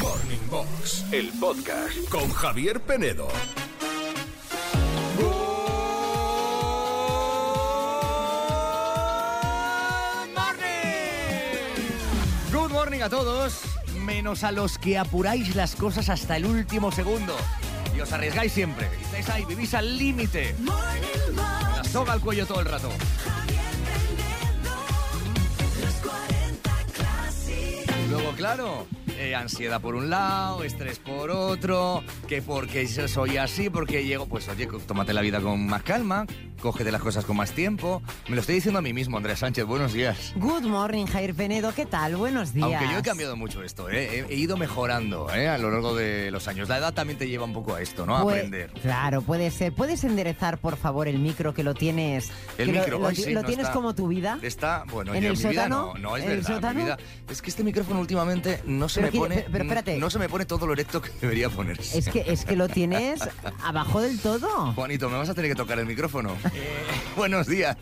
Morning Box, el podcast con Javier Penedo. Good morning a todos, menos a los que apuráis las cosas hasta el último segundo y os arriesgáis siempre. Estáis ahí, vivís al límite. La soga al cuello todo el rato. Y Luego, claro, eh, ansiedad por un lado, estrés por otro, que porque soy así, porque llego. Pues oye, co- tómate la vida con más calma, cógete las cosas con más tiempo. Me lo estoy diciendo a mí mismo, Andrés Sánchez, buenos días. Good morning, Jair Penedo. ¿Qué tal? Buenos días. Aunque yo he cambiado mucho esto, ¿eh? he, he ido mejorando ¿eh? a lo largo de los años. La edad también te lleva un poco a esto, ¿no? A Pue- aprender. Claro, puede ser. ¿Puedes enderezar, por favor, el micro que lo tienes? El que lo- micro, lo, hoy ti- sí, lo no tienes está. como tu vida. Está, bueno, ¿En yo el mi vida sótano? no, no es ¿En el verdad. mi sótano? vida- es que este micrófono últimamente no se Pero me que- eh, pone. pero- pero espérate. No se me pone todo lo erecto que debería ponerse. Es que es que lo tienes abajo del todo. Juanito, me vas a tener que tocar el micrófono. Eh, Buenos días.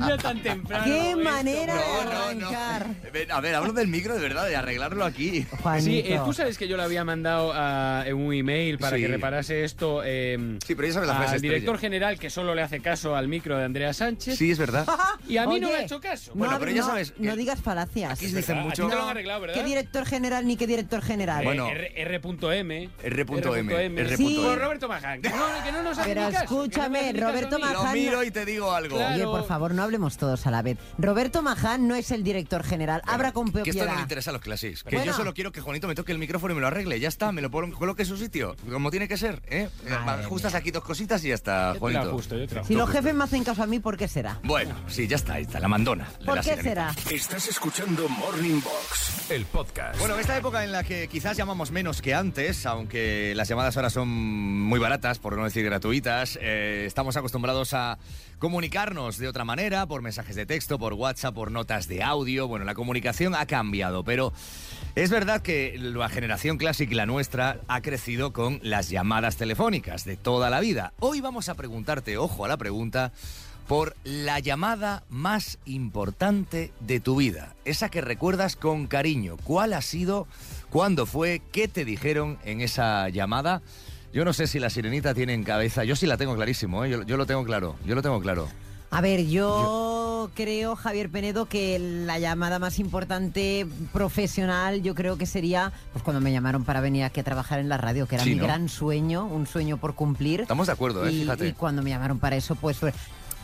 No tan temprano. Qué esto. manera de No, no, no. arrancar. Ven, A ver, hablo del micro de verdad, de arreglarlo aquí. Juanito. Sí, eh, tú sabes que yo le había mandado a- en un email para Sí. que reparase esto eh, Sí, pero ya sabes la frase al estrella. director general que solo le hace caso al micro de Andrea Sánchez. Sí, es verdad. Y a mí no Oye, me ha hecho caso. Bueno, no, pero ya no- sabes que- No digas falacias. Aquí se dice ¿Verdad? mucho. Aquí te lo han arreglado, Ah, ¿verdad? ¿Qué director general ni qué director general? Eh, Bueno. R- R.M. R.M., R.M.. Sí. Por Roberto Maján. Que no, que no nos hace Pero ni caso, que no me escúchame, hace ni caso Roberto a mí. Maján. Lo miro y te digo algo. Claro. Oye, por favor, no hablemos todos a la vez. Roberto Maján no es el director general. Abra con Que esto no le propiedad. interesa a los clases. Que yo Bueno. solo quiero que Juanito me toque el micrófono y me lo arregle. Ya está, me lo pon- coloque en su sitio. Como tiene que ser, ¿eh? Madre Ajustas aquí dos cositas y ya está, Yo te la Juanito. ajusto, yo te la Si los jefes me hacen caso a mí, ¿por qué será? Bueno, sí, ya está, ahí está, la mandona. de ¿Por la qué sirenita. será? Estás escuchando Morning Box, el podcast. Bueno, esta época en la que quizás llamamos menos que antes, aunque las llamadas ahora son muy baratas, por no decir gratuitas, eh, estamos acostumbrados a comunicarnos de otra manera, por mensajes de texto, por WhatsApp, por notas de audio. Bueno, la comunicación ha cambiado, pero es verdad que la generación clásica y la nuestra ha crecido con las llamadas telefónicas de toda la vida. Hoy vamos a preguntarte, ojo a la pregunta, por la llamada más importante de tu vida, esa que recuerdas con cariño. ¿Cuál ha sido? ¿Cuándo fue? ¿Qué te dijeron en esa llamada? Yo no sé si la sirenita tiene en cabeza, yo sí la tengo clarísimo, ¿eh? yo, yo lo tengo claro, yo lo tengo claro. A ver, yo, creo, Javier Penedo, que la llamada más importante profesional yo creo que sería pues cuando me llamaron para venir aquí a trabajar en la radio, que era Sí, mi ¿no? gran sueño, un sueño por cumplir. Estamos de acuerdo, ¿eh? y, fíjate. y cuando me llamaron para eso, pues... fue-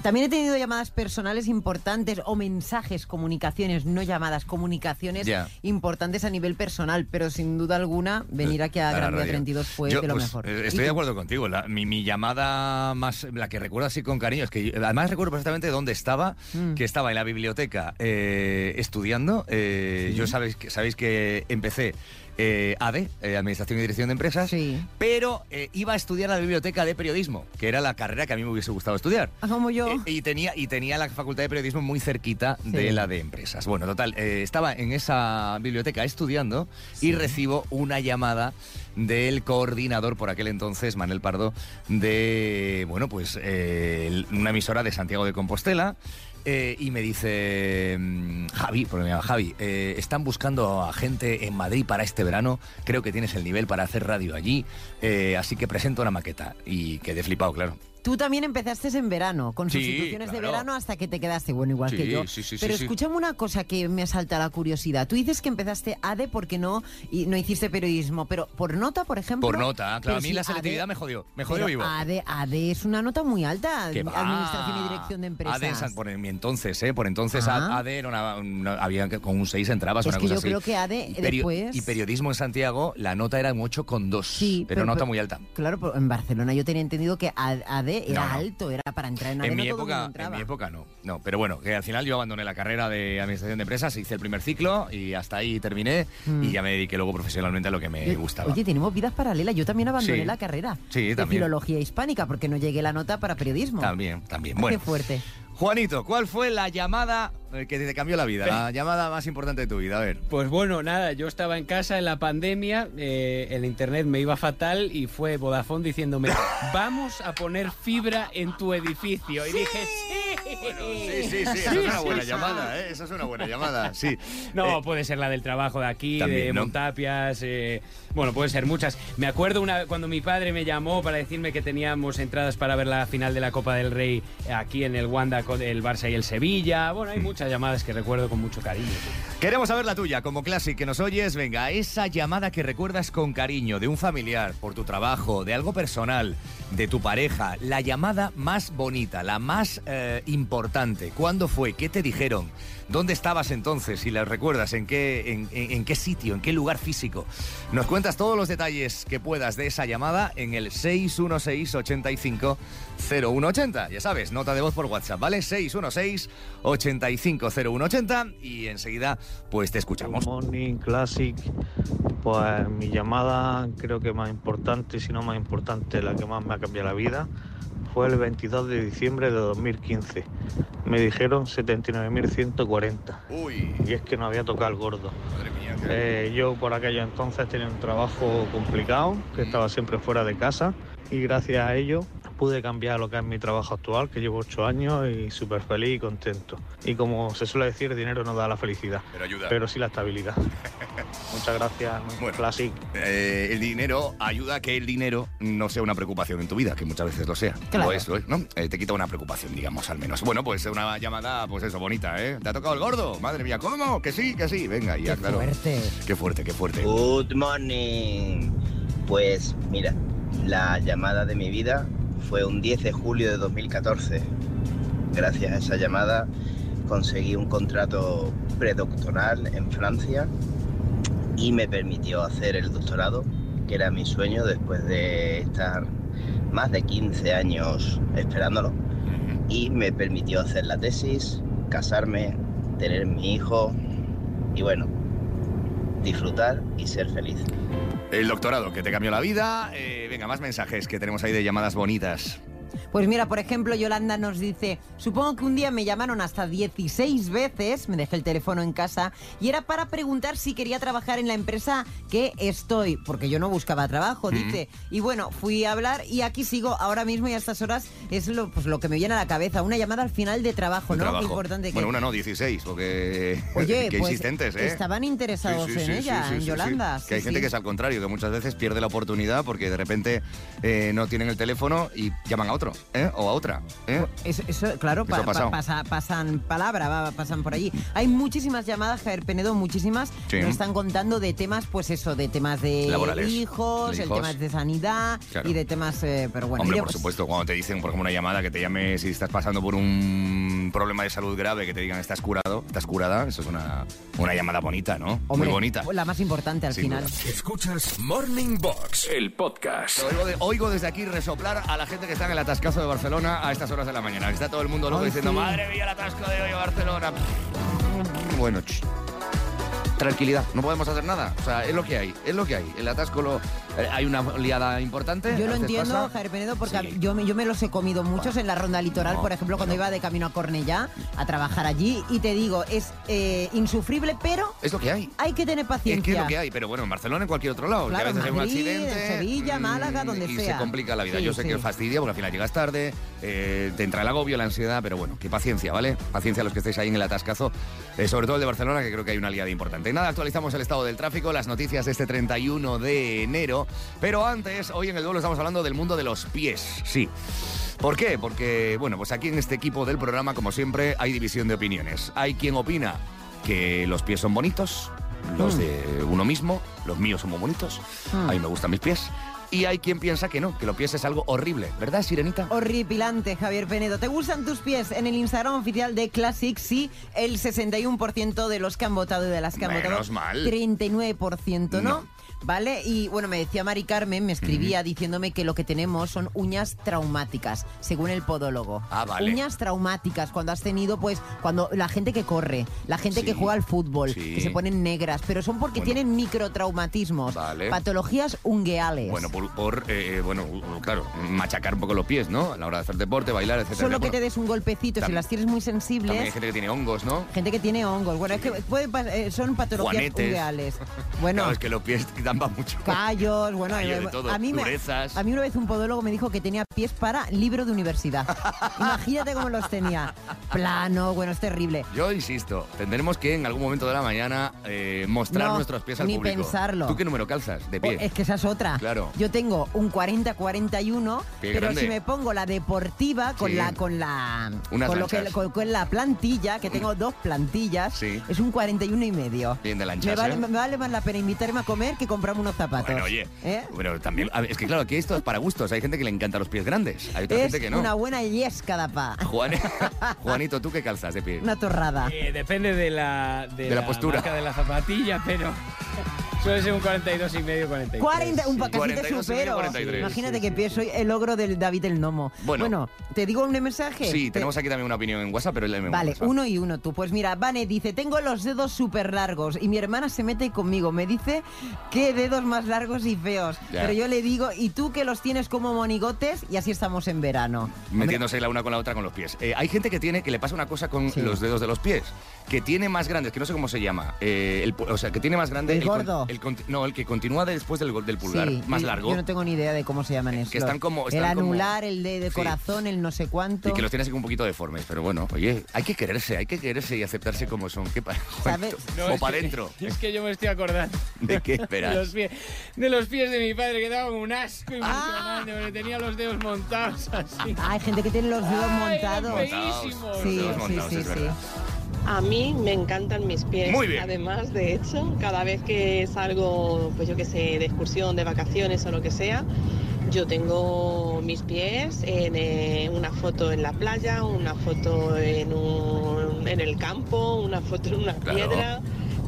También he tenido llamadas personales importantes o mensajes, comunicaciones, no llamadas, comunicaciones Ya. importantes a nivel personal, pero sin duda alguna venir aquí a Eh, la Gran Vía radio. 32 fue Yo, de lo pues, mejor. eh, ¿Y Estoy tú? de acuerdo contigo. La- mi, mi llamada más, la que recuerdo así con cariño, es que yo- además recuerdo perfectamente dónde estaba, Mm. que estaba en la biblioteca eh, estudiando. Eh, Yo sabéis que, sabéis que empecé eh, ADE, eh, Administración y Dirección de Empresas, Sí. pero eh, iba a estudiar a la biblioteca de periodismo, que era la carrera que a mí me hubiese gustado estudiar. Ah, Como yo. Eh, y, tenía, y tenía la facultad de periodismo muy cerquita Sí. de la de empresas. Bueno, total, eh, estaba en esa biblioteca estudiando y recibo una llamada del coordinador por aquel entonces, Manuel Pardo, de, bueno, pues eh, el- una emisora de Santiago de Compostela. eh, y me dice mm, Javi, porque me llama Javi, eh, están buscando a gente en Madrid para este verano. Creo que tienes el nivel para hacer radio allí, eh, así que presento una maqueta. Y quedé flipado, claro. Tú también empezaste en verano, con Sí, sustituciones de claro. verano hasta que te quedaste, bueno, igual Sí, que yo. sí, sí, sí, Pero sí. escúchame una cosa que me salta la curiosidad. Tú dices que empezaste ADE porque no, y no hiciste periodismo, pero por nota, por ejemplo. Por nota, ah, claro. Pero A mí si la ADE selectividad me jodió. Me jodió pero vivo. ADE, ADE es una nota muy alta, Que va. Administración y Dirección de Empresas. AD en San- por en mi entonces, ¿eh? Por entonces Ah. AD era una, una- había que- con un 6 entrabas, Es una que cosa yo así. creo que AD y, perio- después- y periodismo en Santiago, la nota era un 8,2. Sí, era pero- una nota pero- muy alta. Claro, pero en Barcelona yo tenía entendido que A- ADE era No, no. alto, era para entrar en ADE. En mi, no todo el mundo época, en entraba. mi época no. No, pero bueno, que al final yo abandoné la carrera de administración de empresas, hice el primer ciclo y hasta ahí terminé Mm. y ya me dediqué luego profesionalmente a lo que me Yo- gustaba. Oye, tenemos vidas paralelas. Yo también abandoné Sí. la carrera Sí, de también. filología hispánica porque no llegué la nota para periodismo. también, también. Bueno, Qué fuerte. Juanito, ¿cuál fue la llamada eh, que te cambió la vida? La llamada más importante de tu vida, a ver. Pues bueno, nada, yo estaba en casa en la pandemia, eh, el internet me iba fatal y fue Vodafone diciéndome, vamos a poner fibra en tu edificio. Y dije, sí. bueno, sí, sí, sí, esa es una buena llamada, ¿eh? Esa es una buena llamada, sí. No, Eh, puede ser la del trabajo de aquí, También, de ¿no? Montapias, eh, bueno, pueden ser muchas. Me acuerdo una cuando mi padre me llamó para decirme que teníamos entradas para ver la final de la Copa del Rey aquí en el Wanda con el Barça y el Sevilla. Bueno, Hmm. hay muchas llamadas que recuerdo con mucho cariño. Queremos saber la tuya, como Classic, que nos oyes. Venga, esa llamada que recuerdas con cariño de un familiar, por tu trabajo, de algo personal, de tu pareja. La llamada más bonita, la más eh, importante. ¿Cuándo fue? ¿Qué te dijeron? ¿Dónde estabas entonces? Si la recuerdas, ¿en qué, en, en- en qué sitio? ¿En qué lugar físico? Nos cuentas todos los detalles que puedas de esa llamada en el 616 85 0180. Ya sabes, nota de voz por WhatsApp, ¿vale? 616 85 0180 y enseguida pues te escuchamos. Good Morning Classic. Pues mi llamada, creo que más importante, si no más importante, la que más me ha cambiado la vida, fue el 22 de diciembre de 2015. Me dijeron 79.140 Uy, y es que no había tocado el gordo. madre mía. Eh, yo por aquello entonces tenía un trabajo complicado, que estaba siempre fuera de casa y gracias a ello pude cambiar lo que es mi trabajo actual, que llevo ocho años y súper feliz y contento. Y como se suele decir, el dinero no da la felicidad, Pero ayuda. pero sí la estabilidad. Muchas gracias, Bueno. Classic. Eh, el dinero ayuda a que el dinero no sea una preocupación en tu vida, que muchas veces lo sea. Claro. Lo es, lo es, ¿no? Eh, te quita una preocupación, digamos, al menos. Bueno, pues una llamada, pues eso, bonita, ¿eh? ¿Te ha tocado el gordo? Madre mía, ¿cómo? Que sí, que sí. Venga, ya, Qué claro. fuerte. Qué fuerte, qué fuerte. Good morning. Pues mira, la llamada de mi vida fue un 10 de julio de 2014. Gracias a esa llamada conseguí un contrato predoctoral en Francia y me permitió hacer el doctorado, que era mi sueño después de estar más de 15 años esperándolo. Y me permitió hacer la tesis, casarme, tener mi hijo y bueno, disfrutar y ser feliz. El doctorado que te cambió la vida. Eh, venga, más mensajes que tenemos ahí de llamadas bonitas. Pues mira, por ejemplo, Yolanda nos dice, supongo que un día me llamaron hasta 16 veces, me dejé el teléfono en casa, y era para preguntar si quería trabajar en la empresa que estoy, porque yo no buscaba trabajo, Mm-hmm. dice. Y bueno, fui a hablar y aquí sigo ahora mismo y a estas horas es lo, pues, lo que me viene a la cabeza, una llamada al final de trabajo, Un Pues ¿no? trabajo. Qué importante que... Bueno, una no, 16, porque. Oye, qué pues, insistentes, ¿eh? estaban Sí, interesados sí, en sí, ella, sí, sí, en sí, Yolanda. sí. Que hay sí, gente sí. que es al contrario, que muchas veces pierde la oportunidad porque de repente eh, no tienen el teléfono y llaman a otro, ¿eh? O a otra, ¿eh? Eso, eso, claro, Eso pa- ha pasado. pa- pasa- pasan palabra, va, pasan por allí. Hay muchísimas llamadas, Javier Penedo, muchísimas. Sí. Nos están contando de temas, pues eso, de temas de Laborales. hijos, el De hijos. tema de sanidad Claro. y de temas, eh, pero bueno. Hombre, yo- por supuesto, cuando te dicen, por ejemplo, una llamada que te llame si estás pasando por un problema de salud grave, que te digan estás curado, estás curada, eso es una, una llamada bonita, ¿no? hombre, pues, Muy bonita. La más importante al Sin final. duda. Escuchas Morning Box, el podcast. Oigo, de- oigo desde aquí resoplar a la gente que está en el atascazo de Barcelona a estas horas de la mañana. Está todo el mundo loco Ay, diciendo, sí. madre mía, el atasco de hoy Barcelona. Bueno, ch. tranquilidad, no podemos hacer nada. O sea, es lo que hay, es lo que hay. El atasco, lo, eh, hay una liada importante. Yo a lo veces entiendo, pasa. Javier Penedo, porque Sí. yo, me- yo me los he comido muchos en la ronda litoral, No, por ejemplo, cuando iba de camino a Cornellá a trabajar allí. Y te digo, es eh, insufrible, pero Es lo que hay. hay que tener paciencia. Es que es lo que hay, pero bueno, en Barcelona, en cualquier otro lado. que Claro, a veces en hay Madrid, un accidente. en Sevilla, mm, Málaga, donde y sea. se complica la vida. Sí, Yo sé sí. que fastidia porque al final llegas tarde, eh, te entra el agobio, la ansiedad, pero bueno, qué paciencia, ¿vale? Paciencia a los que estéis ahí en el atascazo, eh, sobre todo el de Barcelona, que creo que hay una liada importante. Nada, actualizamos el estado del tráfico, las noticias de este 31 de enero, pero antes, hoy en el duelo estamos hablando del mundo de los pies. Sí. ¿Por qué? Porque, bueno, pues aquí en este equipo del programa, como siempre, hay división de opiniones. Hay quien opina que los pies son bonitos, Mm. los de uno mismo, los míos son muy bonitos, a mí me gustan mis pies. Y hay quien piensa que no, que los pies es algo horrible, ¿verdad, Sirenita? Oh, Horripilante, Javier Penedo. ¿Te gustan tus pies? En el Instagram oficial de Classic, sí, el 61% de los que han votado y de las que han Menos votado. mal. 39% no. No. ¿Vale? Y bueno, me decía Mari Carmen, me escribía diciéndome que lo que tenemos son uñas traumáticas, según el podólogo. Ah, vale. Uñas traumáticas, cuando has tenido, pues, cuando la gente que corre, la gente que Sí. juega al fútbol, Sí. que se ponen negras, pero son porque Bueno. tienen microtraumatismos, Vale. patologías ungueales. Bueno, por, por, eh, bueno, claro, machacar un poco los pies, ¿no? A la hora de hacer deporte, bailar, etc. Solo que te des un golpecito, si Tam- las tienes muy sensibles. También hay gente que tiene hongos, ¿no? Gente que tiene hongos. Bueno, es que puede pas- eh, son patologías Juanetes. reales. Bueno, Claro, es que los pies Caramba, mucho. Callos, bueno, Callos eh, de todo, a, mí me- durezas. a mí una vez un podólogo me dijo que tenía pies para libro de universidad. Imagínate cómo los tenía. Plano, bueno, es terrible. Yo insisto, tendremos que en algún momento de la mañana eh, mostrar No, nuestros pies al ni público. pensarlo. ¿Tú qué número calzas? De pie. Oh, es que esa es otra. Claro. Yo tengo un 40-41, Pie pero grande. si me pongo la deportiva con Sí. la con la Unas con, lo que- anchas. con- con la plantilla, que tengo dos plantillas, Sí. es un 41 y medio. Bien de lanchas, me, vale, ¿eh? me vale más la pena invitarme a comer que comprarme unos zapatos. Bueno, oye, ¿Eh? pero también, a ver, es que claro, aquí esto es para gustos. Hay gente que le encanta los pies grandes, hay otra Es gente que no. una buena yesca da pa. Juan- Juanito, ¿tú qué calzas de pie? Una torrada. Eh, depende de la, De la postura. marca de la zapatilla, pero suele ser un 42 y medio, 43. 40, un sí. pa- casi 42 y te medio, supero. 43. Imagínate que pie soy el ogro del David el Nomo. Bueno. ¿te digo un mensaje? Sí, Te- tenemos aquí también una opinión en WhatsApp, pero es la misma. Vale, cosa. uno y uno tú. Pues mira, Vane dice, tengo los dedos súper largos y mi hermana se mete conmigo, me dice qué dedos más largos y feos. Ya. Pero yo le digo, y tú que los tienes como monigotes y así estamos en verano. Metiéndose la una con la otra con los pies. Eh, hay gente que tiene que le pasa una cosa con Sí. los dedos de los pies, que tiene más grandes, que no sé cómo se llama, eh, el pu- o sea, que tiene más grande El con- gordo. el conti- no, el que continúa después del, gol- del pulgar, Sí, más yo- largo. Yo no tengo ni idea de cómo se llaman eso. que están como- el están como- anular, el de, de Sí. corazón, el no sé cuánto. Y que los tienes así como un poquito deformes, pero bueno, oye, hay que quererse, hay que quererse y aceptarse como son. ¿Qué pa- ¿Sabes? No, o es para que- adentro. Es que yo me estoy acordando. ¿De qué De los, esperas? pies, de los pies de mi padre que daba un asco Ah. impresionante, porque tenía los dedos montados así. Ah, Hay gente que tiene los dedos Ay, eran montados. feísimos. Sí, Los sí, montados, sí, es sí. verdad. A mí me encantan mis pies. Muy bien. Además, de hecho, cada vez que salgo, pues yo que sé, de excursión, de vacaciones o lo que sea, yo tengo mis pies en eh, una foto en la playa, una foto en, un- en el campo, una foto en una Claro. piedra.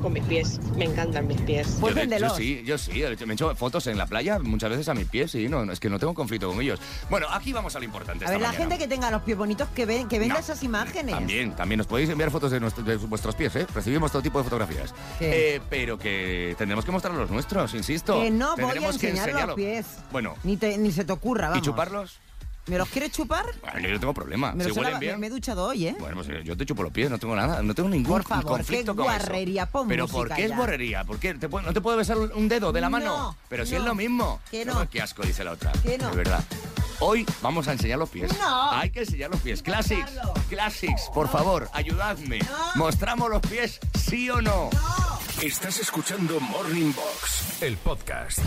Con mis pies, me encantan mis pies. Pues yo, de- yo véndelos. sí, yo sí. de hecho, Me he hecho fotos en la playa muchas veces a mis pies y no, no, es que no tengo conflicto con ellos. Bueno, aquí vamos a lo importante. A ver, esta la mañana. gente que tenga los pies bonitos, que, ven, que venga No. esas imágenes. También, también nos podéis enviar fotos de, nuestro- de vuestros pies, ¿eh? Recibimos todo tipo de fotografías. Sí. Eh, pero que tendremos que mostrar los nuestros, insisto. Que no voy a Tendremos que enseñar los enseñarlo. pies. Bueno, Ni, te- ni se te ocurra, vamos. ¿y chuparlos? ¿Me los quieres chupar? Bueno, yo no tengo problema. Me, si los he huelen lava- bien. me- me he duchado hoy, ¿eh? Bueno, pues yo te chupo los pies, no tengo nada, no tengo ningún Por favor, conflicto qué con eso. guarrería, pon Pero música ¿por qué es ya. guarrería? ¿Por qué? ¿Te puedo- ¿No te puedo besar un dedo de la mano? No, Pero si no, es lo mismo. que Luego, no. Qué asco, dice la otra. Que no. De verdad. Hoy vamos a enseñar los pies. No. Hay que enseñar los pies. Classics, Carlos. classics, por favor, ayudadme. ¿Mostramos los pies sí o no? Estás escuchando Morning Box, el podcast.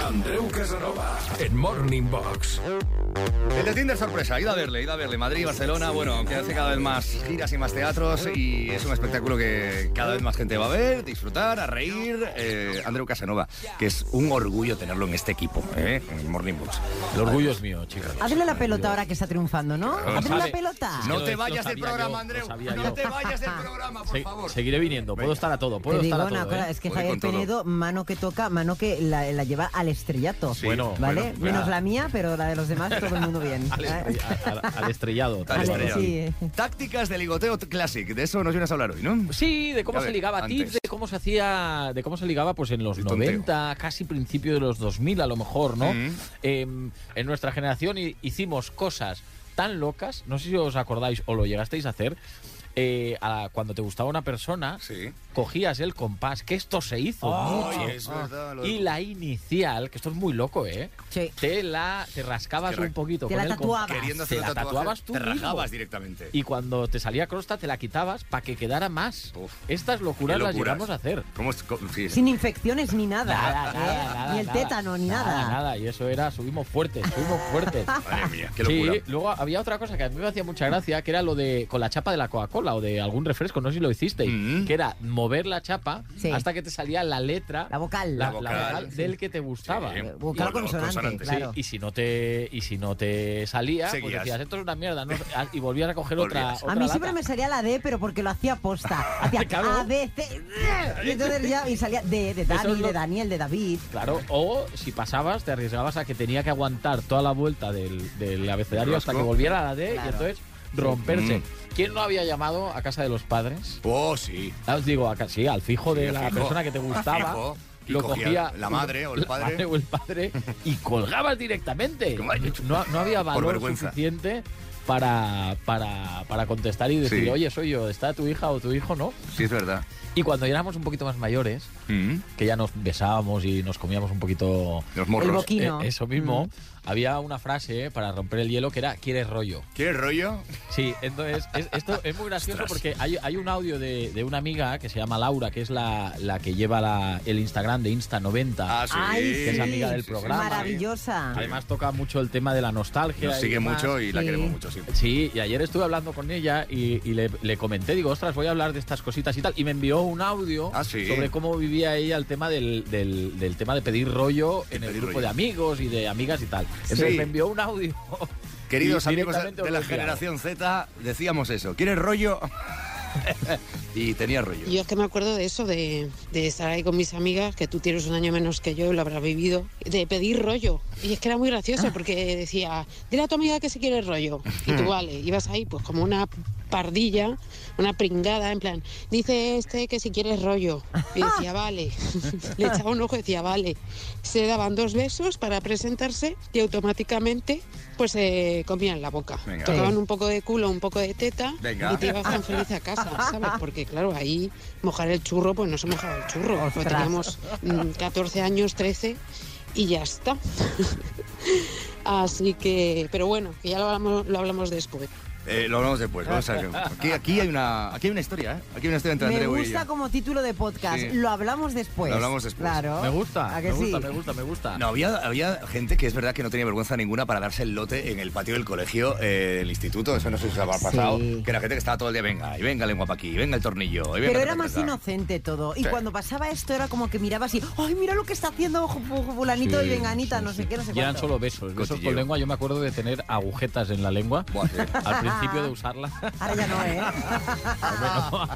Andreu Casanova en Morning Box. El de Tinder sorpresa, id a verle, id a verle. Madrid, Barcelona, bueno, que hace cada vez más giras y más teatros y es un espectáculo que cada vez más gente va a ver, disfrutar, a reír. Eh, Andreu Casanova, que es un orgullo tenerlo en este equipo, ¿eh? en Morning Books. El orgullo es mío, chicas. Hazle la pelota ahora que está triunfando, ¿no? Hazle la sabe. pelota. Sí, No lo- te lo vayas del sabía yo, programa, lo Andreu. sabía No yo. te vayas del programa, por Se- favor. seguiré viniendo, puedo estar a todo, puedo Te digo estar a una todo. cosa, ¿eh? es que Voy Javier con todo. Penedo, mano que toca, mano que la, la lleva al estrellato. Sí, Bueno, ¿vale? bueno, Menos ya. la mía, pero la de los demás, todo el mundo bien. Al, ¿eh? estre- al- al estrellado. Al tal cual. estrellado. sí. Tácticas de ligoteo classic, de eso nos vienes a hablar hoy, ¿no? Sí, de cómo A se ver, ligaba antes. tips, de cómo se hacía, de cómo se ligaba pues en los El tonteo. 90, casi principio de los 2000 a lo mejor, ¿no? Mm. Eh, en nuestra generación hi- hicimos cosas tan locas, no sé si os acordáis o lo llegasteis a hacer, eh, a- cuando te gustaba una persona, Sí. cogías el compás, que esto se hizo mucho. Y la inicial, que esto es muy loco, ¿eh? Sí. Te la te rascabas Te ra- un poquito Te con la el compás. tatuabas. Queriendo Te hacer un la tatuaje, tatuabas tú te mismo. rajabas directamente. Y cuando te salía crosta, te la quitabas para que quedara más. Uf, Estas locuras qué las locuras. llegamos a hacer. ¿Cómo es? cómo- sí. Sin infecciones ni nada. ¿eh? ni el nada. tétano, ni nada. nada. Nada, y eso era, subimos fuerte, subimos fuerte. Madre mía, qué Sí, locura. luego había otra cosa que a mí me hacía mucha gracia, que era lo de con la chapa de la Coca-Cola o de algún refresco, no sé si lo hicisteis, Mm. que era mover la chapa Sí. hasta que te salía la letra, La vocal. eh, la, eh, La la vocal. vocal del que te gustaba. Sí. Vocal Con los consonante, consonantes. claro. Y si no te y si no te salía, pues Seguías. decías, esto es una mierda, ¿no? Ah, y volvías a coger otra, Volvías. otra A mí lata. siempre me salía la D, pero porque lo hacía posta. Hacía Claro. A, B, C. Y entonces ya y salía D de Eso Dani, es lo- de Daniel, de David. Claro, o si pasabas, te arriesgabas a que tenía que aguantar toda la vuelta del, del abecedario hasta que Rosco. volviera la D Claro. y entonces romperse. Mm. ¿Quién no había llamado a casa de los padres? Oh, sí. Ah, os digo, a ca- sí, al fijo Sí, de al la fijo. persona que te Al gustaba. fijo. Y Lo cogía cogía la madre o el la padre. madre o el padre y colgabas directamente. Qué mal hecho. No, no había Por valor vergüenza. suficiente para, para, para contestar y decir, Sí. oye, soy yo, está tu hija o tu hijo, ¿no? Sí, es verdad. Y cuando ya éramos un poquito más mayores, Mm. que ya nos besábamos y nos comíamos un poquito... Los El morros. eh, boquino. Mm. eso mismo, había una frase para romper el hielo que era, ¿quieres rollo? ¿Quieres rollo? Sí, entonces es- esto es muy gracioso Ostras. porque hay, hay un audio de, de una amiga que se llama Laura, que es la, la que lleva la- el Instagram de Insta90. Ah, sí. Ay, que es sí. amiga del programa. Maravillosa. Además toca mucho el tema de la nostalgia. Nos y sigue demás. mucho y la Sí. queremos mucho, sí. Sí, y ayer estuve hablando con ella y, y le, le comenté, digo, ostras, voy a hablar de estas cositas y tal. Y me envió un audio Ah, sí. sobre cómo vivía ella el tema del, del- del tema de pedir rollo en el pedir grupo rollo. de amigos y de amigas y tal. Entonces Sí. me envió un audio. Queridos y amigos de- directamente de os la lo he enviado. generación Z, decíamos eso. ¿Quieres rollo? y tenía rollo. Yo es que me acuerdo de eso, de, de estar ahí con mis amigas, que tú tienes un año menos que yo y lo habrás vivido, de pedir rollo. Y es que era muy gracioso porque decía, dile a tu amiga que se quiere rollo. Y tú, vale, ibas ahí pues como una pardilla, una pringada, en plan, dice este que si quieres rollo. Y decía, vale. Le echaba un ojo y decía, vale. Se daban dos besos para presentarse y automáticamente pues se comían la boca. Venga. Tocaban un poco de culo, un poco de teta Venga. y te ibas tan feliz a casa, ¿sabes? Porque claro, ahí mojar el churro, pues no se mojaba el churro. Pues Ostras. teníamos mm, 14 años, 13 y ya está. Así que, pero bueno, que ya lo hablamos, lo hablamos después. Eh, lo hablamos después. vamos a- aquí, aquí hay una, aquí hay una historia, ¿eh? Aquí hay una historia entre Me Andreu y gusta yo. como título de podcast. Sí. Lo hablamos después. Lo hablamos después. Claro. Me gusta, ¿A que me gusta, sí? me gusta, me gusta. No, había, había gente que es verdad que no tenía vergüenza ninguna para darse el lote en el patio del colegio, eh, del instituto, eso no sé si os habrá pasado, Sí. que la gente que estaba todo el día, venga, y venga lengua para aquí, y venga el tornillo. y venga Pero ta, era ta, más ta, ta". inocente todo. Y Sí. cuando pasaba esto era como que miraba así, ¡ay, mira lo que está haciendo ju- ju- fulanito Sí, y venganita! sí, no sí. sé qué, no sé Y eran cuánto. solo besos, besos Cotilleo. con lengua. Yo me acuerdo de tener agujetas en la lengua Buah, sí. al principio de usarla. Ahora ya no, ¿eh?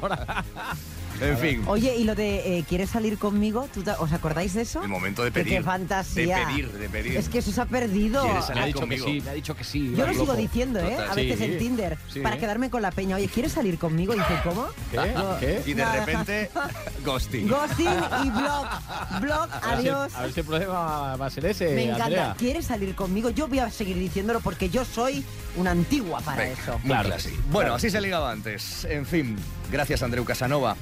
En fin, Oye, y lo de eh, ¿quieres salir conmigo? ¿Tú ta- ¿Os acordáis de eso? el momento de Que pedir. ¡Qué fantasía! De pedir, de pedir. Es que eso se ha perdido. ¿Quieres me ha salir dicho conmigo? que sí, me ha dicho que sí. Yo lo vas sigo loco. diciendo, ¿eh? Total, A veces sí, en Tinder. sí. Para quedarme con la peña. Oye, ¿quieres salir conmigo? Y dice, ¿cómo? ¿Qué? Yo- ¿Qué? Y de Nada. repente, ghosting. Ghosting y blog. Blog, A ver si- adiós. A ver si el Este problema va a ser ese, Me encanta. Andrea. ¿Quieres salir conmigo? Yo voy a seguir diciéndolo porque yo soy una antigua para Venga, eso. muy Claro. classy. Bueno, así se ligaba antes. En fin, gracias Andreu Casanova.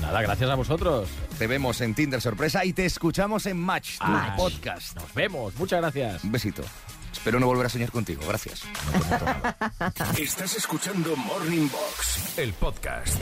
Nada, gracias a vosotros. Te vemos en Tinder Sorpresa y te escuchamos en Match, tu Match. podcast. Nos vemos. Muchas gracias. Un besito. Espero no volver a soñar contigo. Gracias. Estás escuchando Morning Box, el podcast.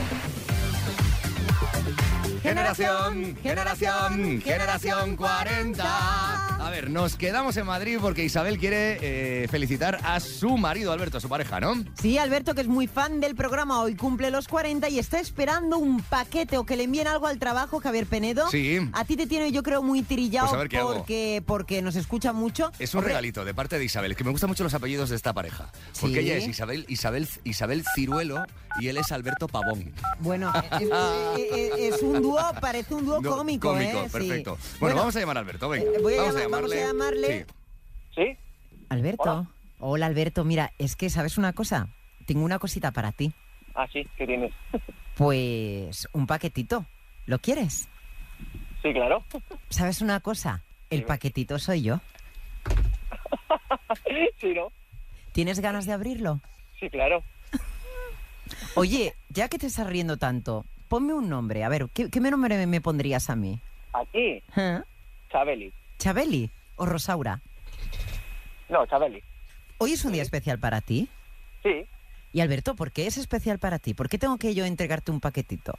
Generación, generación, generación 40. A ver, nos quedamos en Madrid porque Isabel quiere eh, felicitar a su marido Alberto, a su pareja, ¿no? Sí, Alberto, que es muy fan del programa, hoy cumple los 40 y está esperando un paquete o que le envíen algo al trabajo, Javier Penedo. Sí. A ti te tiene, yo creo, muy trillado Pues a ver qué hago. porque, porque nos escucha mucho. Es un Hombre, regalito de parte de Isabel. Es que me gustan mucho los apellidos de esta pareja. Porque Sí. ella es Isabel, Isabel, Isabel Ciruelo y él es Alberto Pavón. Bueno, es, es- es un dúo, parece un dúo No, Oh, cómico, Cómico, ¿eh? Sí. perfecto. Bueno, vamos a llamar a Alberto, venga. eh, voy a vamos, llamar- vamos a llamarle. Sí. ¿Sí? Alberto. Hola. Hola. Alberto. Mira, es que, ¿sabes una cosa? Tengo una cosita para ti. Ah, sí, ¿qué tienes? Pues un paquetito. ¿Lo quieres? Sí, claro. ¿Sabes una cosa? El Dime. paquetito soy yo. Sí, ¿no? ¿Tienes ganas de abrirlo? Sí, claro. Oye, ya que te estás riendo tanto, ponme un nombre. A ver, ¿qué, qué nombre me- me pondrías a mí? Aquí, ¿Eh? Chabeli. ¿Chabeli o Rosaura? No, Chabeli. Hoy es un día especial para ti. Sí, Y Alberto, ¿por qué es especial para ti? ¿Por qué tengo que yo entregarte un paquetito?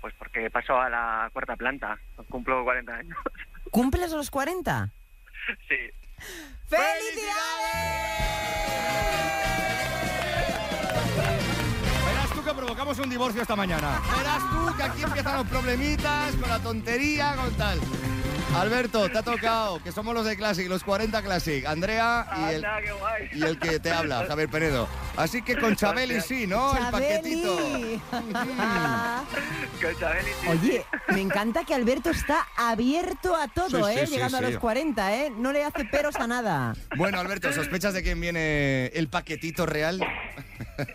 pues porque paso a la cuarta planta. Cumplo 40 años. ¿Cumples los 40? Sí. ¡Felicidades! Verás tú que provocamos un divorcio esta mañana. Verás tú que aquí empiezan los problemitas con la tontería, con tal. Alberto, te ha tocado, que somos los de Classic, los 40 Classic. Andrea y el, Anda, qué guay. y el que te habla, Javier Penedo. Así que con Chabeli sí, ¿no? ¡Oh, El paquetito. ¡Chabeli! Que Chabeli, sí. Oye, me encanta que Alberto está abierto a todo, Sí, sí, ¿eh? sí, Llegando a sí. los 40, ¿eh? No le hace peros a nada. Bueno, Alberto, ¿sospechas de quién viene el paquetito real?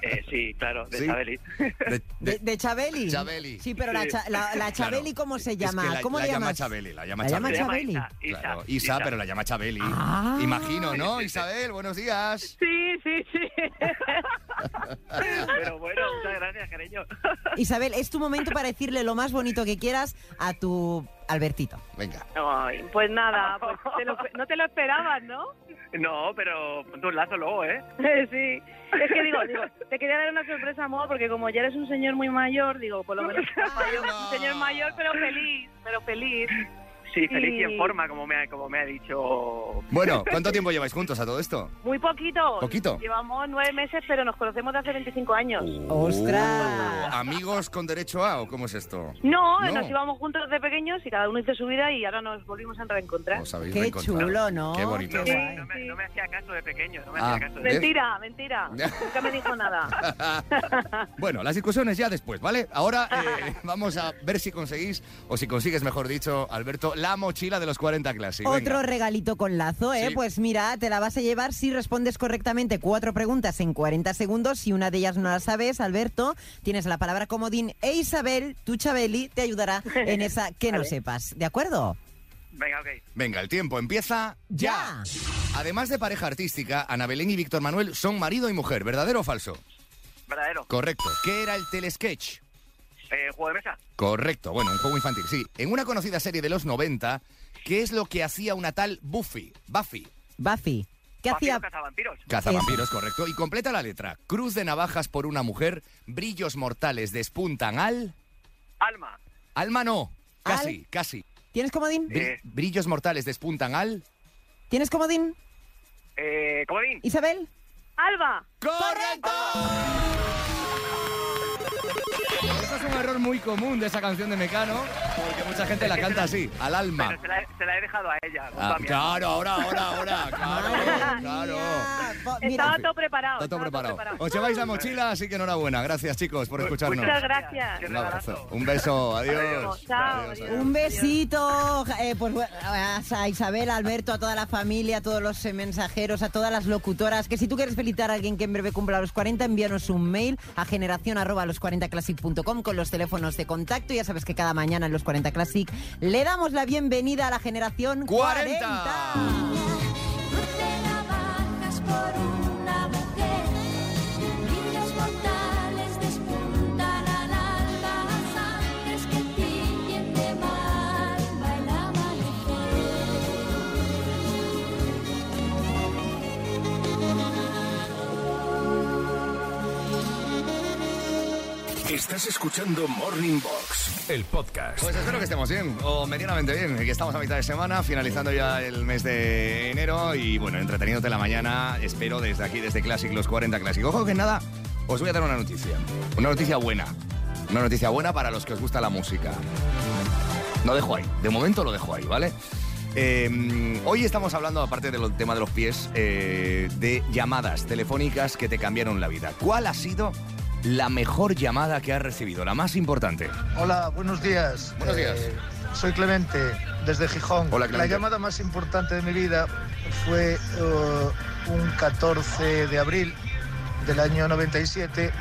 Eh, sí, claro, de Sí. Chabeli. De- ¿De, de- de Chabeli? Chabeli. Sí, pero la, Sí. cha- la- la Claro. Chabeli, ¿cómo se Es llama? que la- ¿Cómo la le llama llamas? Chabeli, la llama llama Chabeli. Chabeli. Isa, Isa, Claro, Isa, Isa. pero la llama Chabeli. Ah. Imagino, ¿no? Isabel, buenos días. Sí, sí, sí. Pero bueno, muchas gracias, cariño. Isabel, es tu momento para decirle lo más bonito que quieras a tu Albertito. Venga. Ay, Pues nada, pues te lo- no te lo esperabas, ¿no? no, pero ponte un lazo luego, ¿eh? Sí, es que digo, digo, te quería dar una sorpresa, amor, porque como ya eres un señor muy mayor, digo, por lo menos un mayor- un señor mayor, pero feliz, pero feliz. Sí, feliz y Sí. en forma, como me ha, como me ha dicho. Bueno, ¿cuánto tiempo lleváis juntos a todo esto? Muy poquito. Poquito. Llevamos nueve meses, pero nos conocemos de hace 25 años. Uh, Oh. ¡Ostras! Oh. ¿Amigos con derecho a o cómo es esto? No, nos íbamos juntos de pequeños y cada uno hizo su vida y ahora nos volvimos a reencontrar. Os habéis Qué reencontrado. chulo, ¿no? Qué bonito. Sí, No me, sí. no me hacía caso de pequeño, no me Ah, hacía caso de Mentira, mentira. Nunca me dijo nada. Bueno, las discusiones ya después, ¿vale? Ahora eh, vamos a ver si conseguís, o si consigues, mejor dicho, Alberto, la mochila de los 40 Classic. Venga. Otro regalito con lazo, ¿eh? Sí. Pues mira, te la vas a llevar si respondes correctamente cuatro preguntas en 40 segundos. Si una de ellas no la sabes, Alberto, tienes la palabra comodín e Isabel, tu Chabeli, te ayudará en esa que no Vale. sepas. ¿De acuerdo? Venga, ok. Venga, el tiempo empieza ya. Además de pareja artística, Ana Belén y Víctor Manuel son marido y mujer, ¿verdadero o falso? Verdadero. Correcto. ¿Qué era el telesketch? Eh, juego de mesa. Correcto, bueno, un juego infantil, sí. En una conocida serie de los 90, ¿qué es lo que hacía una tal Buffy? Buffy. Buffy, ¿qué hacía? Cazavampiros. Cazavampiros, correcto. Y completa la letra. Cruz de navajas por una mujer, brillos mortales despuntan al... Alma. Alma no. Casi, Al- casi. ¿Tienes comodín? Bri- Eh. Brillos mortales despuntan al... ¿Tienes comodín? Eh, Comodín. Isabel. Alba, ¡Correcto! Eso es un error muy común de esa canción de Mecano, porque mucha gente la canta así, al alma. Pero se la, he- se la he dejado a ella. Ah, culpa mía. claro, ahora, ahora, ahora, claro, Madre claro. mía. Po- mira, estaba todo preparado. Está todo estaba preparado. Os lleváis la mochila, así que enhorabuena. Gracias, chicos, por escucharnos. Muchas gracias. Qué Un regalazo. abrazo. Un beso. Adiós. Chao, Adiós, adiós. Un besito, eh, pues bueno, a Isabel, a Alberto, a toda la familia, a todos los eh, mensajeros, a todas las locutoras. Que si tú quieres felicitar a alguien que en breve cumpla los 40, envíanos un mail a generación arroba los40classic.com con los teléfonos de contacto. Ya sabes que cada mañana en los 40 Classic le damos la bienvenida a la generación 40. 40. Cruce navajas por una mujer, brillos mortales despuntan al alba, sangres que tiñen de malva el amanecer. Estás escuchando Morning Box, el podcast. Pues espero que estemos bien, o medianamente bien, que estamos a mitad de semana, finalizando ya el mes de enero y bueno, entreteniéndote la mañana, espero desde aquí, desde Classic, los 40 Classic. Ojo que nada, os voy a dar una noticia, una noticia buena, una noticia buena para los que os gusta la música. Lo dejo ahí, de momento lo dejo ahí, ¿vale? Eh, hoy estamos hablando, aparte del tema de los pies, eh, de llamadas telefónicas que te cambiaron la vida. ¿Cuál ha sido la mejor llamada que has recibido, la más importante? Hola, buenos días. Eh, Buenos días. soy Clemente, desde Gijón. Hola, Clemente. La llamada más importante de mi vida fue eh, un 14 de abril del año 97,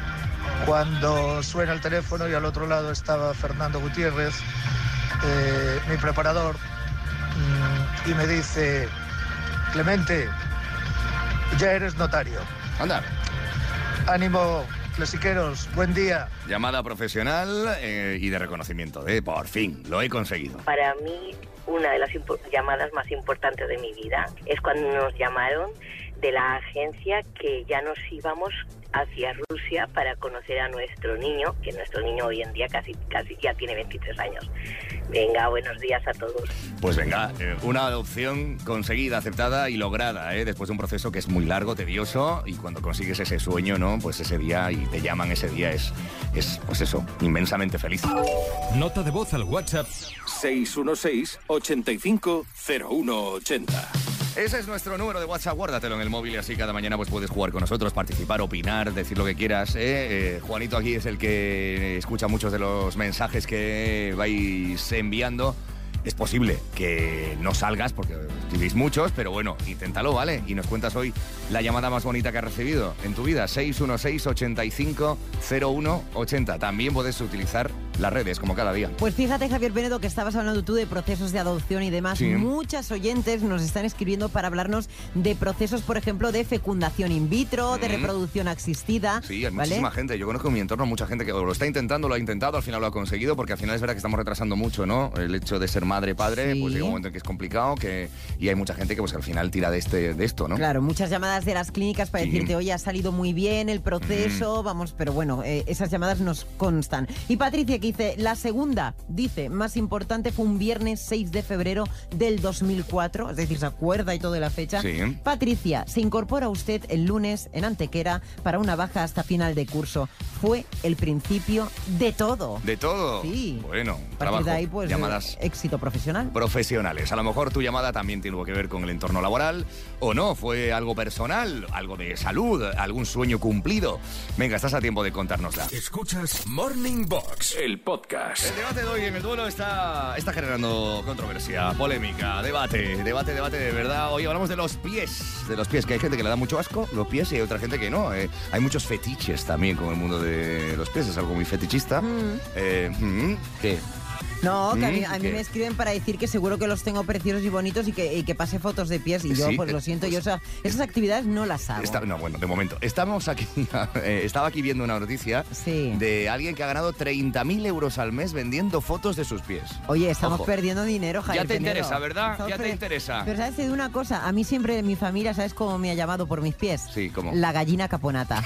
cuando suena el teléfono y al otro lado estaba Fernando Gutiérrez, eh, mi preparador, mm, y me dice, Clemente, ya eres notario. Anda. Ánimo, clasiqueros, buen día. Llamada profesional eh, y de reconocimiento de por fin, lo he conseguido. Para mí, una de las impo- llamadas más importantes de mi vida es cuando nos llamaron de la agencia que ya nos íbamos hacia Rusia para conocer a nuestro niño, que nuestro niño hoy en día casi, casi ya tiene 23 años. Venga, buenos días a todos. Pues venga, eh, una adopción conseguida, aceptada y lograda, ¿eh? después de un proceso que es muy largo, tedioso, y cuando consigues ese sueño, ¿no? Pues ese día y te llaman ese día es, es pues eso, inmensamente feliz. Nota de voz al WhatsApp 616 850180. Ese es nuestro número de WhatsApp, guárdatelo en el móvil y así cada mañana pues puedes jugar con nosotros, participar, opinar, decir lo que quieras. ¿eh? Eh, Juanito aquí es el que escucha muchos de los mensajes que vais enviando. Es posible que no salgas porque escribís muchos, pero bueno, inténtalo, ¿vale? Y nos cuentas hoy la llamada más bonita que has recibido en tu vida, 616-850180. También puedes utilizar las redes, como cada día. Pues fíjate, Javier Penedo, que estabas hablando tú de procesos de adopción y demás. Sí. Muchas oyentes nos están escribiendo para hablarnos de procesos, por ejemplo, de fecundación in vitro, de Mm. reproducción asistida. Sí, hay ¿vale? muchísima gente. Yo conozco en mi entorno mucha gente que o lo está intentando, lo ha intentado, al final lo ha conseguido, porque al final es verdad que estamos retrasando mucho, ¿no? El hecho de ser madre, padre, Sí. pues llega un momento en que es complicado que, y hay mucha gente que pues al final tira de, este, de esto, ¿no? Claro, muchas llamadas de las clínicas para Sí. decirte, oye, ha salido muy bien el proceso, vamos, pero bueno, eh, esas llamadas nos constan. Y Patricia que dice, la segunda, dice, más importante fue un viernes 6 de febrero del 2004, es decir, se acuerda y todo de la fecha. Sí. Patricia, se incorpora usted el lunes en Antequera para una baja hasta final de curso. Fue el principio de todo. De todo. Sí. Bueno, A partir trabajo, de ahí, pues, llamadas eh, éxito profesional. profesionales. A lo mejor tu llamada también tuvo que ver con el entorno laboral o no, fue algo personal, algo de salud, algún sueño cumplido. Venga, estás a tiempo de contárnosla. Escuchas Morning Box, el podcast. El debate de hoy en el duelo está, está generando controversia, polémica, debate, debate, debate de verdad. Hoy hablamos de los pies, de los pies, que hay gente que le da mucho asco los pies y hay otra gente que no. eh. Hay muchos fetiches también con el mundo de los pies, es algo muy fetichista. Eh, mm, ¿Qué? No, que a mí, Mm, a mí ¿qué? me escriben para decir que seguro que los tengo preciosos y bonitos y que, y que pase fotos de pies. Y yo, Sí, pues eh, lo siento, yo esa- esas actividades no las hago. Está- no, bueno, de momento. Estamos aquí, eh, estaba aquí viendo una noticia de alguien que ha ganado 30.000 euros al mes vendiendo fotos de sus pies. Oye, estamos Ojo. perdiendo dinero, Javier. Ya te Pinedo. interesa, ¿verdad? Estamos Ya te perdi- interesa. Pero sabes de una cosa, a mí siempre mi familia, ¿sabes cómo me ha llamado por mis pies? Sí, ¿cómo? La gallina caponata.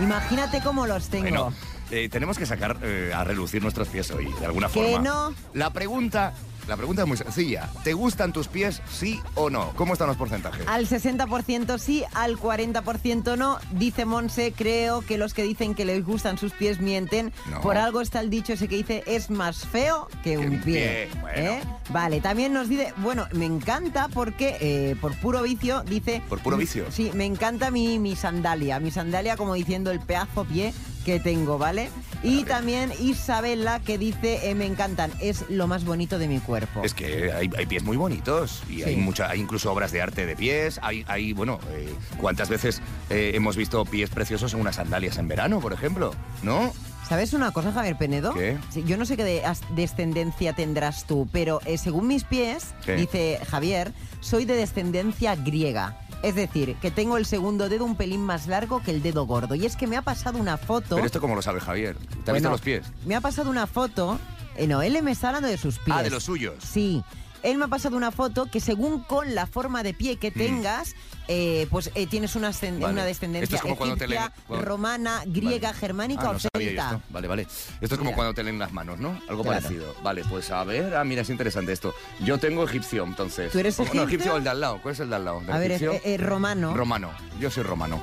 Imagínate cómo los tengo. Bueno, eh, tenemos que sacar eh, a relucir nuestros pies hoy, de alguna Que forma. no. La pregunta, la pregunta es muy sencilla. ¿Te gustan tus pies, sí o no? ¿Cómo están los porcentajes? Al 60% sí, al 40% no. Dice Monse, creo que los que dicen que les gustan sus pies mienten. No. Por algo está el dicho ese que dice, es más feo que un pie. pie, bueno. ¿Eh? Vale, también nos dice, bueno, me encanta porque eh, por puro vicio, dice... Por puro vicio. Sí, me encanta mi, mi sandalia. Mi sandalia como diciendo el pedazo pie que tengo, ¿vale? Y también Isabela que dice, eh, me encantan, es lo más bonito de mi cuerpo. Es que hay, hay pies muy bonitos y hay Sí. mucha, hay incluso obras de arte de pies. Hay, hay bueno, eh, ¿cuántas veces eh, hemos visto pies preciosos en unas sandalias en verano, por ejemplo? ¿No? ¿Sabes una cosa, Javier Penedo? ¿Qué? Sí, Yo no sé qué de- as- descendencia tendrás tú, pero eh, según mis pies, ¿Qué? dice Javier, soy de descendencia griega. Es decir, que tengo el segundo dedo un pelín más largo que el dedo gordo. Y es que me ha pasado una foto... Pero esto, ¿cómo lo sabe Javier? ¿Te ha visto Bueno, los pies? Me ha pasado una foto... eh, no, él me está hablando de sus pies. Ah, de los suyos. Sí. Él me ha pasado una foto que según con la forma de pie que tengas, eh, pues eh, tienes una, ascend- Mm. Vale. una Esto descendencia es como cuando te egipcia, leen- cuando- romana, griega, germánica Ah, o no sabía yo celta. esto. Vale, vale. Esto es como Mira. cuando te leen las manos, ¿no? Algo Claro. parecido. Vale, pues a ver. Ah, mira, es interesante esto. Yo tengo egipcio, entonces. ¿Tú eres Oh, No, egipcio? egipcio o el de al lado. ¿Cuál es el de al lado? ¿El A ver, egipcio? eh, eh, romano. Romano. Yo soy romano.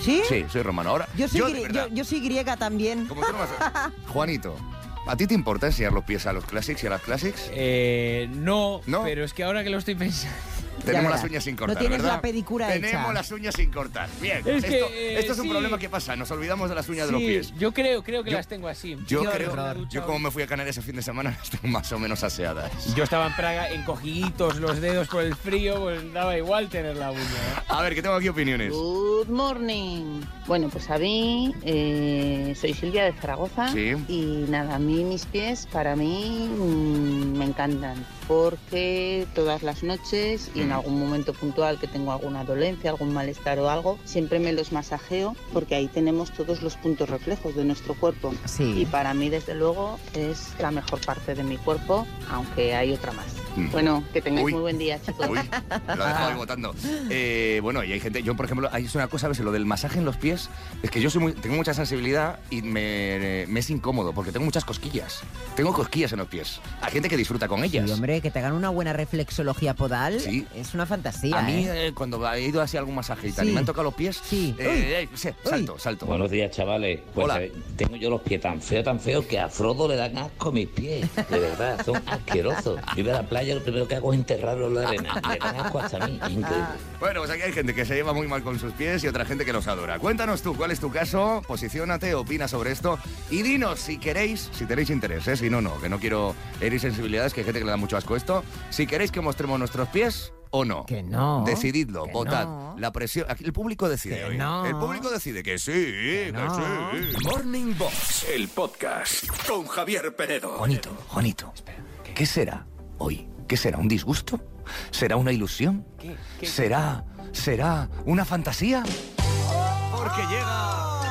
¿Sí? Sí, soy romano. Ahora, Yo soy, de grie- verdad, yo- yo soy griega también. Juanito, ¿a ti te importa enseñar los pies a los classics y a las classics? Eh, no, No. pero es que ahora que lo estoy pensando... Tenemos Ya las verás. uñas sin No cortar, tienes ¿verdad? la pedicura Tenemos hecha. las uñas sin cortar. Bien. Es esto, que, eh, esto es un sí. problema que pasa. Nos olvidamos de las uñas de los Sí, pies. Yo creo, creo que Yo- las tengo así. Yo Qué creo, horror. yo como me fui a Canarias el fin de semana, las tengo más o menos aseadas. Yo estaba en Praga encogiditos los dedos por el frío, pues daba igual tener la uña. ¿eh? Ah. A ver, que tengo aquí opiniones. Good morning. Bueno, pues a mí eh, soy Silvia de Zaragoza Sí. y nada, a mí mis pies para mí mm, me encantan porque todas las noches Mm. y en algún momento puntual que tengo alguna dolencia, algún malestar o algo, siempre me los masajeo porque ahí tenemos todos los puntos reflejos de nuestro cuerpo. Sí. Y para mí desde luego es la mejor parte de mi cuerpo, aunque hay otra más. Mm. Bueno, pues que tengáis Uy. muy buen día, chicos. Uy, Me lo ha dejado ahí votando. Eh, bueno, y hay gente, yo por ejemplo, hay es una cosa, ¿ves? Lo del masaje en los pies, es que yo soy muy- tengo mucha sensibilidad y me, me es incómodo porque tengo muchas cosquillas. Tengo cosquillas en los pies. Hay gente que disfruta con ellas. Sí, hombre, que te hagan una buena reflexología podal Sí. es una fantasía. A mí, ¿eh? eh, cuando he ido así a algún masaje y tal, Sí. y me han tocado los pies, Sí. eh, eh, sí, salto, salto. Buenos días, chavales. Pues Hola. eh, tengo yo los pies tan feos, tan feos que a Frodo le dan asco mis pies. De verdad, son asquerosos. Yo voy a la playa, lo primero que hago es enterrarlo en la arena. Le dan asco hasta a mí. Es increíble. Bueno, pues aquí hay gente que se lleva muy mal con sus pies y otra gente que los adora. Cuéntanos tú cuál es tu caso, posiciónate, opina sobre esto y dinos si queréis, si tenéis interés, ¿eh? si no, no, que no quiero herir sensibilidades, que hay gente que le da mucho asco esto. Si queréis que mostremos nuestros pies o no? Que no. Decididlo, Que votad. no. La presión. aquí El público decide. Que hoy. no. El público decide que sí, que, sí. Morning Box, el podcast con Javier Penedo. Juanito, Juanito. ¿Qué será hoy? ¿Qué será? ¿Un disgusto? ¿Será una ilusión? ¿Será? ¿Será una fantasía? Porque llega.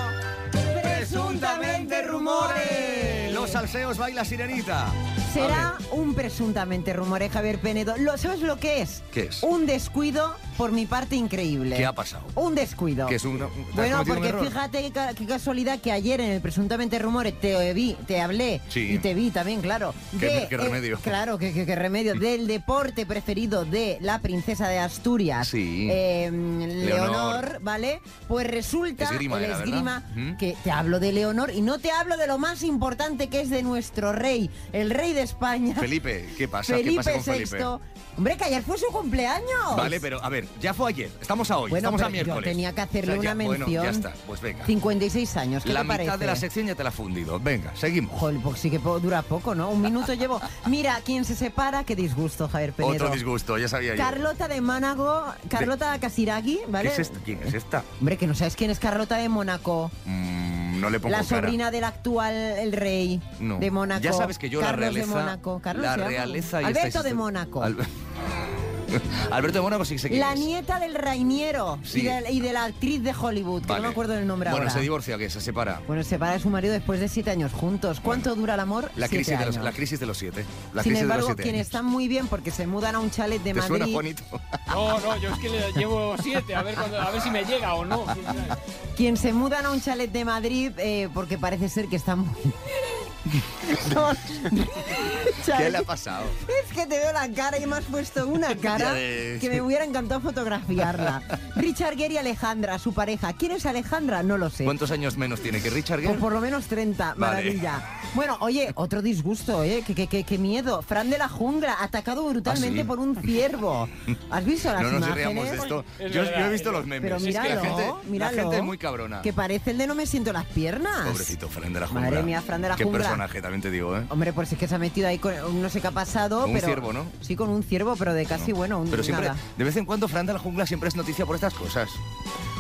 Presuntamente rumores. Los salseos baila sirenita. Será un presuntamente rumore, Javier Penedo. ¿Lo, ¿Sabes lo que es? ¿Qué es? Un descuido por mi parte increíble. ¿Qué ha pasado? Un descuido. Que es un- ¿te has bueno, cometido un porque error? fíjate qué, ca- qué casualidad que ayer en el presuntamente rumore te vi, te hablé Sí. y te vi también, claro. Qué- de- eh, qué remedio. Mm. claro, qué, qué- qué remedio. Del deporte preferido de la princesa de Asturias, Sí. eh, Leonor, ¿vale? Pues resulta Esgrima el era, ¿verdad? Mm. esgrima Ujú. que te hablo de Leonor y no te hablo de lo más importante que es de nuestro rey, el rey de España. Felipe, ¿qué pasa? Felipe ¿Qué pasa con VI. Felipe? Hombre, que ayer fue su cumpleaños. Vale, pero a ver, ya fue ayer. Estamos a hoy, Bueno, estamos a pero yo miércoles. tenía que hacerle ya, una Bueno, ya mención. está, pues venga. 56 años, ¿qué La te mitad parece? de la sección ya te la ha fundido. Venga, seguimos. Jol, pues sí que po- dura poco, ¿no? Un minuto llevo. Mira, quien se separa, qué disgusto, Javier Penedo. Otro disgusto, ya sabía yo. Carlota de Mónaco, Carlota Casiraghi, ¿vale? ¿Qué es esta? ¿Quién es esta? Hombre, que no sabes quién es Carlota de Mónaco. Mm, no le pongo La cara. sobrina del actual el rey No. de Mónaco. Ya sabes que yo la Carlos realeza- de Mónaco. Carlos la se llama. realeza y Alberto estáis- de Mónaco. Al- Alberto de Mónaco sí que sé quién La es. nieta del Rainiero Sí. y, de, y de la actriz de Hollywood, que Vale. no me acuerdo del nombre Bueno, ahora. se divorcia, que se separa. Bueno, se separa de su marido después de siete años juntos. ¿Cuánto dura el amor? La Siete crisis, de los, años. la crisis de los siete. La Sin crisis embargo, de los siete. quienes están muy bien porque se mudan a un chalet de ¿Te Madrid. suena, Juanito? No, no, yo es que le llevo siete, a ver, cuando- a ver si me llega o no. Quien se mudan a un chalet de Madrid eh, porque parece ser que están muy. Son- ¿Qué le ha pasado? Es que te veo la cara y me has puesto una cara Ya ves. que me hubiera encantado fotografiarla. Richard Gere y Alejandra, su pareja. ¿Quién es Alejandra? No lo sé. ¿Cuántos años menos tiene que Richard O Gere? por lo menos 30, Vale. maravilla. Bueno, oye, otro disgusto, ¿eh? Qué, qué- qué- qué miedo. Fran de la jungla, atacado brutalmente ¿Ah, sí? por un ciervo. ¿Has visto las No nos imágenes? riamos de esto. Es Yo, verdad, yo he es visto verdad. los memes. Pero Es que míralo, la gente, la míralo. gente es muy cabrona. Que parece el de no me siento las piernas. Pobrecito Fran de la Jungla. Madre mía, Fran de la Qué Jungla. personaje, también te digo, ¿eh? Hombre, pues es que se ha metido ahí con no sé qué ha pasado. Con un pero, ciervo, ¿no? Sí, con un ciervo, pero de casi, bueno, un Pero siempre, nada. de vez en cuando, Fran de la Jungla siempre es noticia por estas cosas.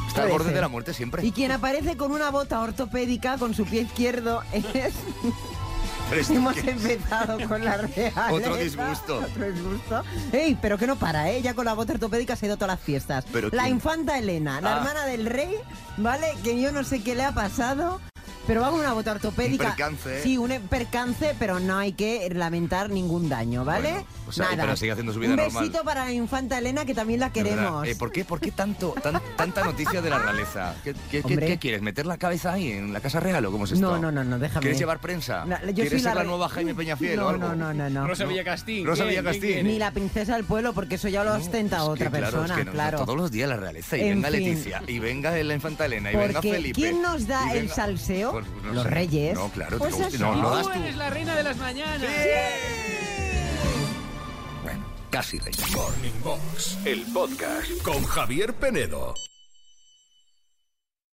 Está al Puede borde ser. de la muerte siempre. Y quien aparece con una bota ortopédica con su pie izquierdo es... Pero esto Hemos qué es. empezado con la realeza. Otro disgusto. Otro disgusto. Ey, pero que no para, ¿eh? Ya con la bota ortopédica se ha ido a todas las fiestas. Pero la quién- infanta Elena, Ah. la hermana del rey, ¿vale? Que yo no sé qué le ha pasado. Pero va con una bota ortopédica. Un percance, ¿eh? Sí, un percance, pero no hay que lamentar ningún daño, ¿vale? Bueno, o sea, Nada. pero sigue haciendo su vida un normal. besito para la infanta Elena, que también la De verdad. queremos. Eh, ¿Por qué, por qué tanto, tan- tanta noticia de la realeza? ¿Qué, qué- qué- Hombre. qué quieres? ¿Meter la cabeza ahí en la Casa Real o cómo es esto? No, no, no, no, déjame. ¿Quieres llevar prensa? No, yo soy ¿Quieres ser la, re- nueva Jaime Peñafiel no, o algo? No, no, no, no. Rosa Villacastín. Rosa ¿quién? Villacastín. ¿quién quiere? Ni la princesa del pueblo, porque eso ya lo ostenta Es que, otra claro, es persona, que no- claro. Todos los días la realeza. Y En venga fin. Leticia, y venga la infanta Elena, y venga Porque Felipe. ¿quién nos da y el venga- salseo? Pues, no Los sé. reyes. No, claro, Pues te- eso. no, lo das Tú tú. eres la reina de las mañanas. Casi reyes. Morning Box, el podcast con Javier Penedo.